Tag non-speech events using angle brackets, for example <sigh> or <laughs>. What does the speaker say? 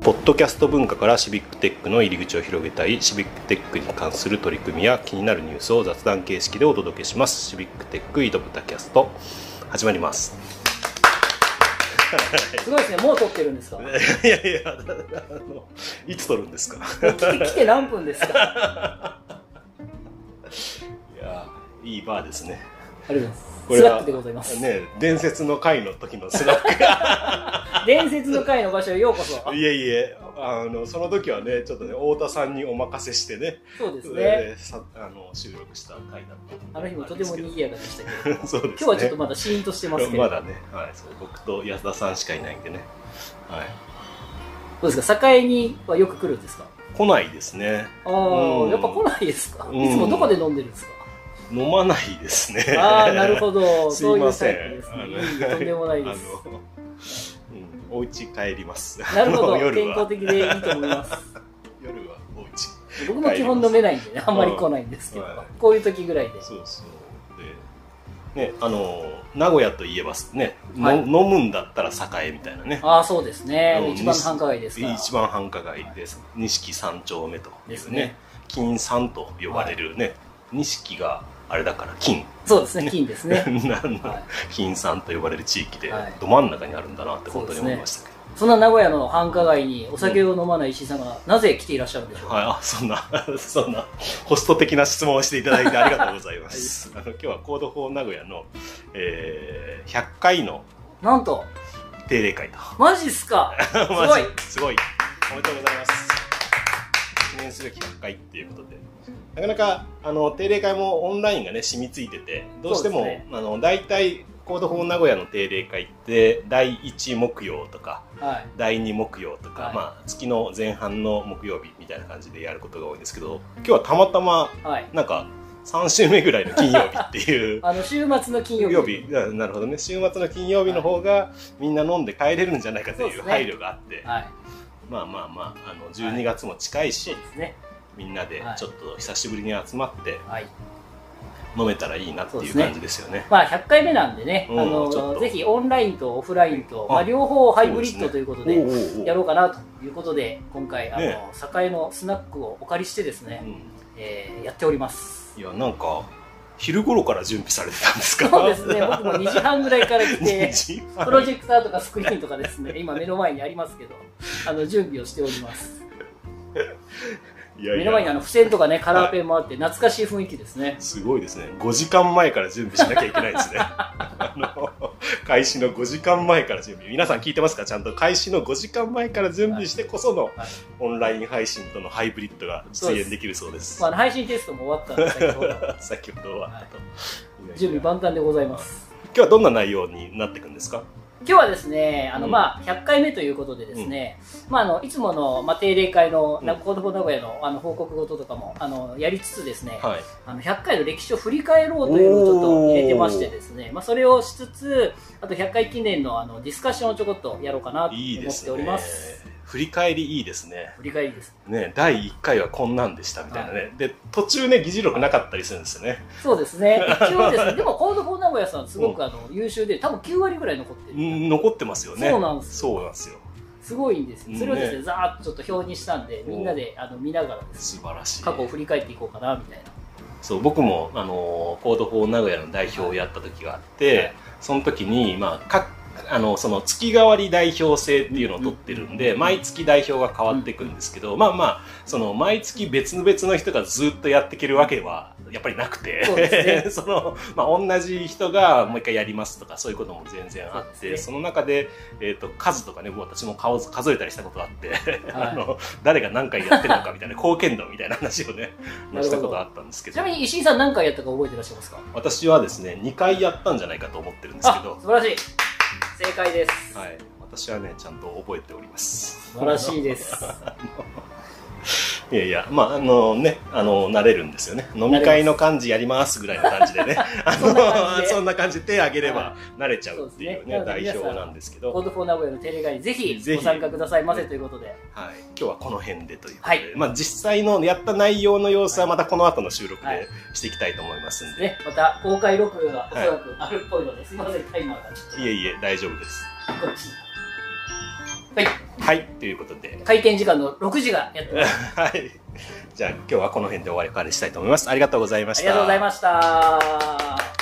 ポッドキャスト文化からシビックテックの入り口を広げたいシビックテックに関する取り組みや気になるニュースを雑談形式でお届けしますシビックテック井戸端キャスト始まりますすごいですねもう撮ってるんです <laughs> か <laughs> いやいやあのいつ撮るんですか来て来て何分ですかいやいいバーですねありがとうございますこスれはラックでございます、ね伝説の回の時のスラ <laughs> ック伝説の会の場所へよう <laughs> こそいえいえ、あの、その時はね、ちょっとね、太田さんにお任せしてね、そうですそねれでさあの収録した回だ <laughs> ったあの日もとても賑やかでしたけどやそうですね。今日はちょっとまだシーンとしてますけど、まだね、はい、そう僕と安田さんしかいないんでね、はい。どうですか栄にはよく来るんですか来ないですね。ああうんやっぱ来ないですかうんいつもどこで飲んでるん <laughs> ですか飲まないですね。ああなるほどすそいういまうタせイん。プですあねのいいとんでもないです <laughs> あのうん、お家帰ります。なるほあどの <laughs> 夜健は康的でいいと思い <laughs> ます夜はお家。僕も基本飲めないんでねあんまり来ないんですけど、はいこういう時ぐらいでそうそう。で、ね、あの、名古屋といえばね、のはい飲むんだったら栄みたいなね。ああそうですねうん一番繁華街ですから一番繁華街です錦三丁目といでうすねね金三と呼ばれるね錦、があれだから金、そうですね金ですね <laughs> なんだはい金三と呼ばれる地域ではいど真ん中にあるんだなって本当に思いましたけど、そんな名古屋の繁華街にお酒を飲まない石井さんがなぜ来ていらっしゃるんでしょうか、はい、あそんな <laughs> そんなホスト的な質問をしていただいてありがとうござい <laughs> ます、あの今日はコードフォー名古屋の、えー100回のなんと定例会とマジっすかす <laughs> ごいすごいおめでとうございます記念すべき100回っていうことでなかなかあの定例会もオンラインがね染みついててどうしても、そうですねあの大体コードフォー名古屋の定例会って第1木曜とかはい第2木曜とか、はいまあ、月の前半の木曜日みたいな感じでやることが多いんですけど今日はたまたまはいなんか3週目ぐらいの金曜日っていうあの週末の <laughs> 金金曜日曜日ななるほどね週末の金曜日の方がみんな飲んで帰れるんじゃないかとそういでうすね配慮があって、はいまあまあまああの12月も近いし、そうですねみんなではいちょっと久しぶりに集まってはい飲めたらいいなってそういでうすね感じですよねまあ100回目なんでね、うんあちょっとのぜひオンラインとオフラインと、あまあ、両方ハイブリそッうですねドということおでうおうおうやろうかなということで今回あの、ね栄のスナックをお借りしてですね、うんえーやっておりますいやなんか昼頃から準備されてたんですかそうですね僕も2時 <laughs> 半ぐらいから来て2時プロジェクターとかスクリーンとかですね、今目の前にありますけど、あの準備をしております。いや目いの前にあやの付箋とかね、カラーペンもあって、懐かしい雰囲気ですね。すごいですね5時間前から準備しなきゃいけないです <laughs> ねあの開始の5時間前から準備皆さん聞いてますかちゃんと開始の5時間前から準備してこその、はいオンライン配信とのハイブリッドが実現できるそうですまああの、配信テストも終わったんで、先ほど <laughs> 先ほどは、はいいやいや準備万端でございます。今日はどんな内容になっていくんですか今日はですね、あの、うんまあ、100回目ということでですね、まあ、あの、いつもの、まあ、定例会の、うんコードフォー名古屋の、あの、報告事とかも、あの、やりつつですね、はいあの、100回の歴史を振り返ろうというのをちょっと入れてましてですね、まあ、それをしつつ、あと100回記念の、あの、ディスカッションをちょこっとやろうかなと思いいでっすておりねます。振り返りいいですね振り返りです。ね第1回はこんなんでしたみたいなね、で途中ね議事録なかったりするんですよねそうです <laughs> ね。一応ですね、でもコードフォー名古屋さんすごくあの優秀で、多分9割ぐらい残ってうる。ん残ってますよねそうなんですよそうなんですよすごいんですよ。それをですねね、ざーっとちょっと表にしたんで、みんなであの見ながらですね、素晴らしい過去を振り返っていこうかなみたいな。そう僕も、あのーコードフォー名古屋の代表をやった時があって、はいその時に、まあ、かあのその月替わり代表制っていうのを取ってるんで、毎月代表が変わっていくんですけど、まあまあその毎月別々の人がずっとやっていけるわけはやっぱりなくてそうです <laughs> その、まあ、同じ人がもう一回やりますとかそういうことも全然あっそうてそ,、ですの中で、えー、と数とかね私も顔数えたりしたことあって、はいあの誰が何回やってるのかみたいな貢献度みたいな話をねなるほどしたことあったんですけどちなみに石井さん何回やったか覚えてらっしゃいますか私はですね2回やったんじゃないかと思ってるんですけあ、ど、素晴らしい。正解です。はい、私はねちゃんと覚えております素晴らしい <laughs> です。いやいやまああのねあの慣れるんですよね飲み会の感じやりますぐらいの感じでね <laughs> あそんな感のじでそんな感じで手挙げれはば慣れちゃうっていそううですねね代表なんですけど、コはードフォー名古屋の定例会にぜひぜひご参加くださいませということで。い、今日はこの辺でということで、はいまあ、実際のやった内容の様子はまたこの後の収録はでいしていきたいと思いますんで、ね、また公開録画がおそらくあるっぽいので、すいません、タイマーがちょっと。いえいえ大丈夫ですこっち。はい。はい、ということで。開店時間の6時がやってます。はい。じゃあ今日はこの辺でお別れしたいと思います。ありがとうございまあしりた。がとうございました。